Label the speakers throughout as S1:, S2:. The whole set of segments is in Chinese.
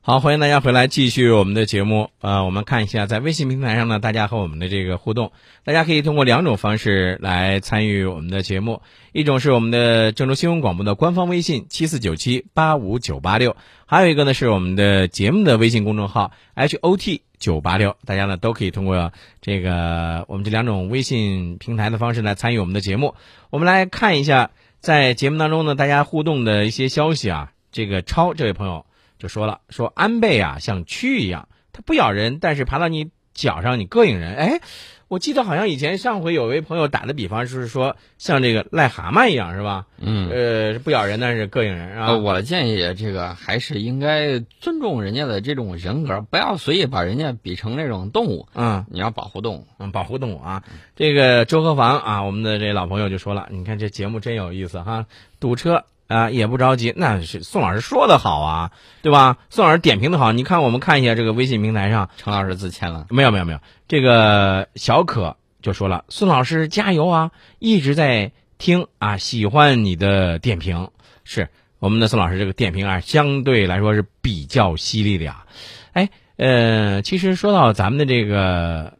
S1: 好，欢迎大家回来继续我们的节目。呃，我们看一下在微信平台上呢，大家和我们的这个互动，大家可以通过两种方式来参与我们的节目，一种是我们的郑州新闻广播的官方微信七四九七八五九八六，还有一个呢是我们的节目的微信公众号 H O T 九八六，大家呢都可以通过这个我们这两种微信平台的方式来参与我们的节目。我们来看一下在节目当中呢大家互动的一些消息啊，这个超这位朋友。就说了，说安倍啊像蛆一样，它不咬人，但是爬到你脚上，你膈应人。哎，我记得好像以前上回有位朋友打的比方，就是说像这个癞蛤蟆一样，是吧？
S2: 嗯，
S1: 呃，不咬人，但是膈应人啊。
S2: 呃，我的建议这个还是应该尊重人家的这种人格，不要随意把人家比成那种动物。
S1: 嗯
S2: 你要保护动物，
S1: 嗯，保护动物啊。这个周和房啊，我们的这老朋友就说了，你看这节目真有意思哈，堵车。啊，也不着急，那是宋老师说的好啊，对吧？宋老师点评的好，你看我们看一下这个微信平台上，
S2: 程老师自谦了。
S1: 没有没有没有，这个小可就说了：“孙老师加油啊，一直在听啊，喜欢你的点评。是我们的孙老师这个点评啊，相对来说是比较犀利的呀。哎，呃，其实说到咱们的这个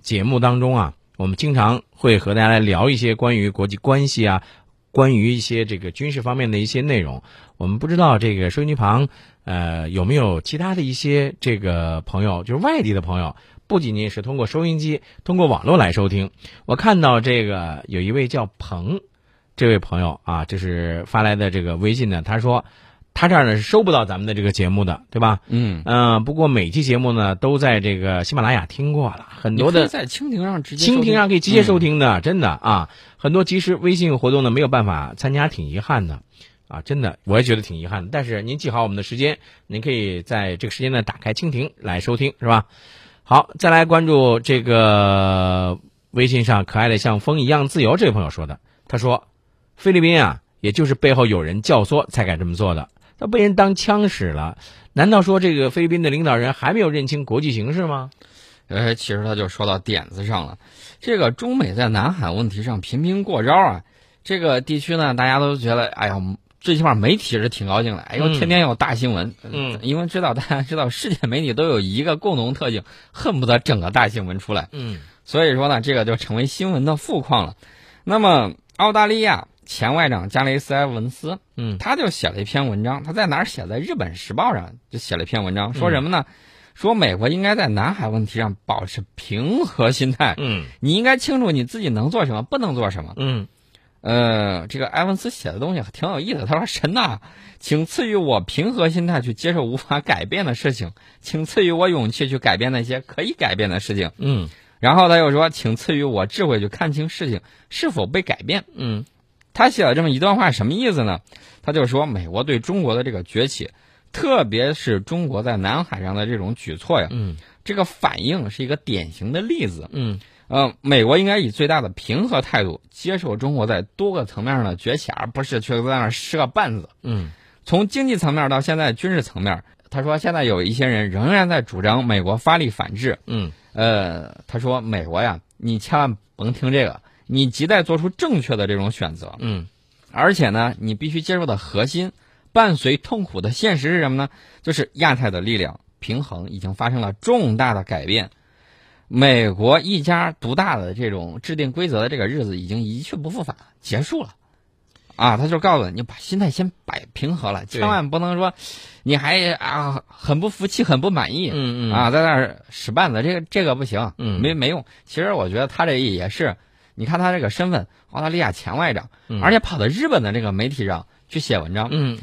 S1: 节目当中啊，我们经常会和大家来聊一些关于国际关系啊，关于一些这个军事方面的一些内容。我们不知道这个收音机旁呃有没有其他的一些这个朋友，就是外地的朋友，不仅仅是通过收音机、通过网络来收听。我看到这个有一位叫鹏，这位朋友啊，这是发来的这个微信呢，他说他这儿呢是收不到咱们的这个节目的，对吧？
S2: 嗯，
S1: 嗯、不过每期节目呢都在这个喜马拉雅听过了，很
S2: 你
S1: 多
S2: 可以
S1: 的
S2: 在蜻蜓上直接收
S1: 蜻
S2: 听嗯
S1: 蜓上可以直接收听的，真的啊，很多即时微信活动呢没有办法参加，挺遗憾的，啊，真的我也觉得挺遗憾的。但是您记好我们的时间，您可以在这个时间呢打开蜻蜓来收听，是吧？好，再来关注这个微信上可爱的像风一样自由这位朋友说的，他说，菲律宾啊，也就是背后有人教唆才敢这么做的，他被人当枪使了，难道说这个菲律宾的领导人还没有认清国际形势吗？
S2: 呃，其实他就说到点子上了。这个中美在南海问题上频频过招啊，这个地区呢，大家都觉得，哎呀，最起码媒体是挺高兴的，哎呦，
S1: 嗯
S2: 天天有大新闻。
S1: 嗯
S2: 因为知道大家知道，世界媒体都有一个共同特性，恨不得整个大新闻出来。
S1: 嗯
S2: 所以说呢，这个就成为新闻的富矿了。那么，澳大利亚前外长加雷斯埃文斯，
S1: 嗯
S2: 他就写了一篇文章，他在哪儿写？在《日本时报》上就写了一篇文
S1: 嗯
S2: 章，说什么呢？说美国应该在南海问题上保持平和心态，
S1: 嗯
S2: 你应该清楚你自己能做什么，不能做什么。
S1: 嗯
S2: 呃，这个埃文斯写的东西挺有意思。他说：“神呐、请赐予我平和心态去接受无法改变的事情，请赐予我勇气去改变那些可以改变的事情。”
S1: 嗯
S2: 然后他又说：“请赐予我智慧去看清事情是否被改变。
S1: 嗯”
S2: 他写了这么一段话，什么意思呢？他就说，美国对中国的这个崛起，特别是中国在南海上的这种举措呀，
S1: 嗯
S2: 这个反应是一个典型的例子。
S1: 嗯
S2: 嗯，美国应该以最大的平和态度接受中国在多个层面上的崛起，而不是去在那儿吃个绊子。
S1: 嗯
S2: 从经济层面到现在军事层面，他说现在有一些人仍然在主张美国发力反制，
S1: 嗯
S2: 呃，他说美国呀，你千万甭听这个，你亟待做出正确的这种选择，
S1: 嗯
S2: 而且呢，你必须接受的核心，伴随痛苦的现实是什么呢？就是亚太的力量平衡已经发生了重大的改变。美国一家独大的这种制定规则的这个日子已经一去不复返了，结束了。啊，他就告诉你，把心态先摆平和了，
S1: 对
S2: 千万不能说，你还啊很不服气、很不满意，
S1: 嗯
S2: 啊，在那儿使绊子，这个这个不行，
S1: 嗯
S2: 没没用。其实我觉得他这也是，你看他这个身份，澳大利亚前外长，
S1: 嗯
S2: 而且跑到日本的这个媒体上去写文章，
S1: 嗯，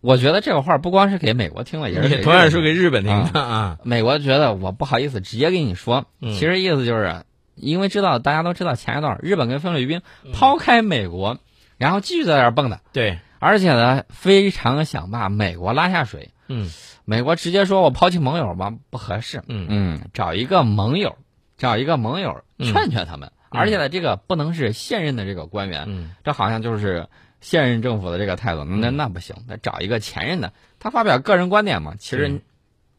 S2: 我觉得这个话不光是给美国听了，也是给
S1: 同样
S2: 日
S1: 是
S2: 本
S1: 给
S2: 听
S1: 日本听的啊，
S2: 美国觉得我不好意思直接跟你说，
S1: 嗯
S2: 其实意思就是因为知道大家都知道前一段日本跟菲律宾
S1: 嗯
S2: 抛开美国，然后继续在那儿蹦跶，
S1: 对，
S2: 而且呢非常想把美国拉下水。
S1: 嗯
S2: 美国直接说我抛弃盟友吧，不合适。
S1: 嗯
S2: 嗯，找一个盟友，找一个盟友
S1: 嗯
S2: 劝劝他们。
S1: 嗯
S2: 而且呢，这个不能是现任的这个官员，
S1: 嗯
S2: 这好像就是现任政府的这个态度。那那不行，那找一个前任的，他发表个人观点嘛。其实
S1: 嗯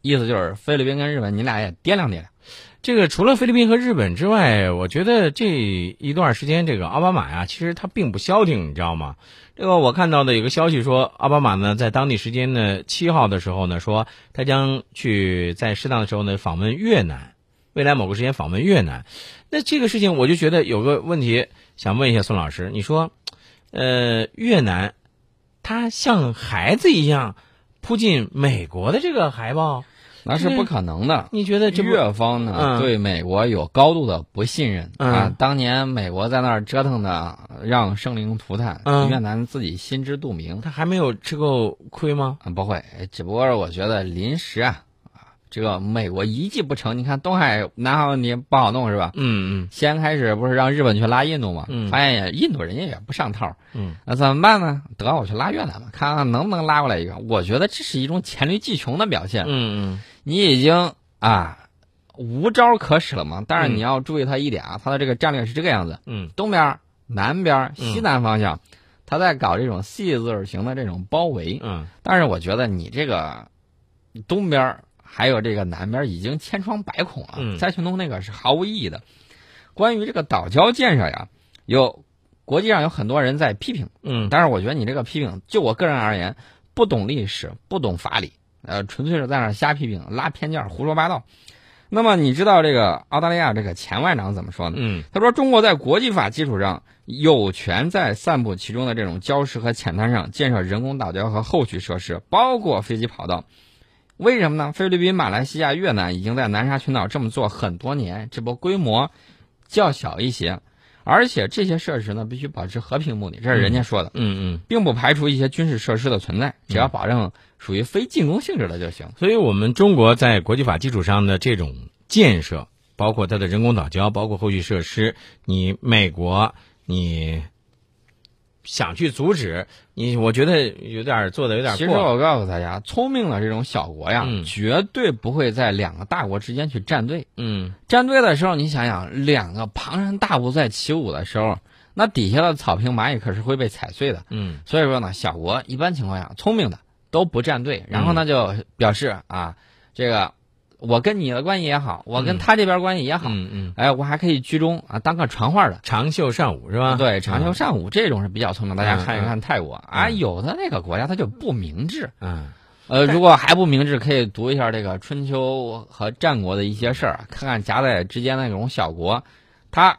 S2: 意思就是菲律宾跟日本，你俩也掂量掂量。
S1: 这个除了菲律宾和日本之外，我觉得这一段时间，这个奥巴马呀，其实他并不消停，你知道吗？这个我看到的有个消息说，奥巴马呢在当地时间的七号的时候呢，说他将去在适当的时候呢访问越南，未来某个时间访问越南。那这个事情，我就觉得有个问题想问一下孙老师，你说，呃，越南，它像孩子一样扑进美国的这个海报，
S2: 那是不可能的。
S1: 你觉得这不
S2: 越方呢、
S1: 嗯
S2: 对美国有高度的不信任、
S1: 嗯
S2: 啊！当年美国在那儿折腾的，让生灵涂炭，
S1: 嗯
S2: 越南自己心知肚明。
S1: 他还没有吃够亏吗？
S2: 啊，不会，只不过是我觉得临时啊，啊，这个美国一计不成，你看东海南海问题不好弄是吧？
S1: 嗯嗯
S2: 先开始不是让日本去拉印度嘛，
S1: 嗯
S2: 发现也印度人家也不上套，
S1: 嗯，
S2: 那怎么办呢？得我去拉越南吧，看看能不能拉过来一个。我觉得这是一种黔驴技穷的表现，
S1: 嗯
S2: 你已经啊无招可使了嘛。但是
S1: 嗯
S2: 你要注意他一点啊，他的这个战略是这个样子：
S1: 嗯
S2: 东边、南边、
S1: 嗯
S2: 西南方向，他在搞这种 C 字形的这种包围。
S1: 嗯嗯
S2: 但是我觉得你这个东边儿还有这个南边儿已经千疮百孔了，
S1: 嗯
S2: 再去弄那个是毫无意义的。关于这个岛礁建设呀，有国际上有很多人在批评，
S1: 嗯
S2: 但是我觉得你这个批评，就我个人而言，不懂历史，不懂法理，呃，纯粹是在那儿瞎批评、拉偏架、胡说八道。那么你知道这个澳大利亚这个前外长怎么说呢？
S1: 嗯
S2: 他说：“中国在国际法基础上，有权在散布其中的这种礁石和浅滩上建设人工岛礁和后续设施，包括飞机跑道。为什么呢？菲律宾、马来西亚、越南已经在南沙群岛这么做很多年，只不过规模较小一些，而且这些设施呢必须保持和平目的，这是人家说的，
S1: 嗯嗯。
S2: 并不排除一些军事设施的存在，只要保证属于非进攻性质的就行。
S1: 所以，我们中国在国际法基础上的这种建设，包括它的人工岛礁，包括后续设施，你美国你想去阻止，你我觉得有点儿做的有点儿
S2: 其实
S1: 过。
S2: 我告诉大家，聪明的这种小国呀，
S1: 嗯
S2: 绝对不会在两个大国之间去站队。
S1: 嗯
S2: 站队的时候，你想想，两个庞然大物在起舞的时候，那底下的草坪蚂蚁可是会被踩碎的。
S1: 嗯
S2: 所以说呢，小国一般情况下聪明的都不站队，然后呢
S1: 嗯
S2: 就表示啊，这个我跟你的关系也好，我跟他这边关系也好，
S1: 嗯嗯，
S2: 哎，我还可以居中啊，当个传话的。
S1: 长袖善舞是吧？
S2: 对，长袖善舞这种是比较聪明，大家
S1: 嗯
S2: 看一看泰国啊，有的那个国家他就不明智，
S1: 嗯
S2: 呃，如果还不明智，可以读一下这个春秋和战国的一些事儿，啊看看夹在之间那种小国，他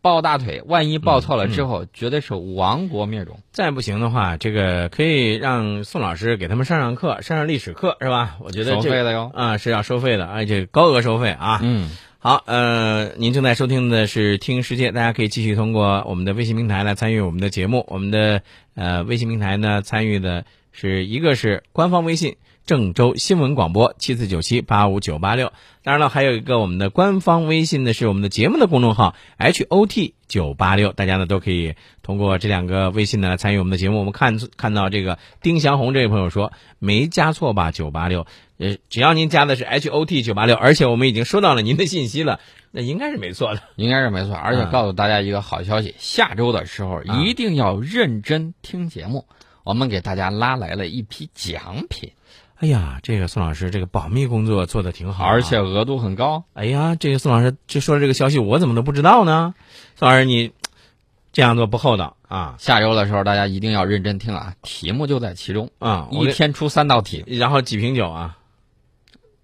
S2: 抱大腿，万一抱错了之后，绝对是亡国灭种。
S1: 再不行的话，这个可以让宋老师给他们上上课，上上历史课是吧？我觉得
S2: 收
S1: 这
S2: 费
S1: 个
S2: 的哟。
S1: 啊、是要收费的，而且高额收费啊。
S2: 嗯，
S1: 好，呃，您正在收听的是《听世界》，大家可以继续通过我们的微信平台来参与我们的节目。我们的呃微信平台呢，参与的是一个是官方微信郑州新闻广播七四九七八五九八六，当然了，还有一个我们的官方微信呢是我们的节目的公众号 H O T 九八六，大家呢都可以通过这两个微信呢来参与我们的节目。我们看看到这个丁祥红这位朋友说没加错吧？九八六，呃，只要您加的是 H O T 九八六，而且我们已经收到了您的信息了，那应该是没错的。
S2: 应该是没错。而且
S1: 嗯
S2: 告诉大家一个好消息，下周的时候
S1: 啊
S2: 一定要认真听节目，我们给大家拉来了一批奖品，
S1: 哎呀，这个宋老师这个保密工作做的挺好啊、
S2: 而且额度很高。
S1: 哎呀，这个宋老师这说的这个消息我怎么都不知道呢？宋老师你这样做不厚道啊
S2: 下周的时候大家一定要认真听啊，题目就在其中，
S1: 啊！我
S2: 一
S1: 给
S2: 天出三道题。
S1: 然后几瓶酒啊？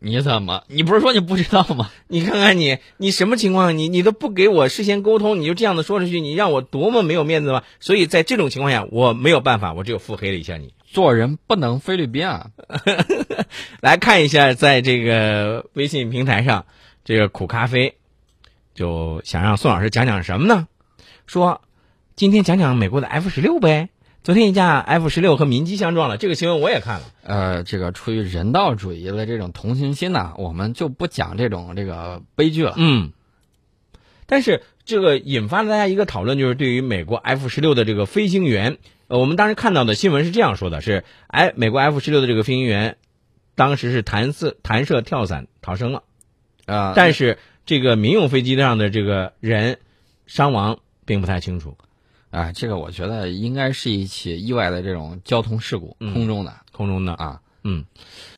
S2: 你怎么？你不是说你不知道吗？
S1: 你看看你，你什么情况？你你都不给我事先沟通，你就这样子说出去，你让我多么没有面子吧！所以在这种情况下，我没有办法，我只有腹黑了一下你。
S2: 做人不能菲律宾啊！
S1: 来看一下，在这个微信平台上，这个苦咖啡就想让宋老师讲讲什么呢？说今天讲讲美国的 F 十六呗。昨天一架 F 十六和民机相撞了，这个新闻我也看了。
S2: 呃，这个出于人道主义的这种同情心呐，我们就不讲这种这个悲剧了。
S1: 嗯，但是这个引发了大家一个讨论，就是对于美国 F 十六的这个飞行员，呃，我们当时看到的新闻是这样说的：是，哎，美国 F 十六的这个飞行员，当时是弹射弹射跳伞逃生了，
S2: 呃，
S1: 但是这个民用飞机上的这个人伤亡并不太清楚，
S2: 啊、这个我觉得应该是一起意外的这种交通事故，
S1: 嗯
S2: 空中的
S1: 空中的
S2: 啊。
S1: 嗯，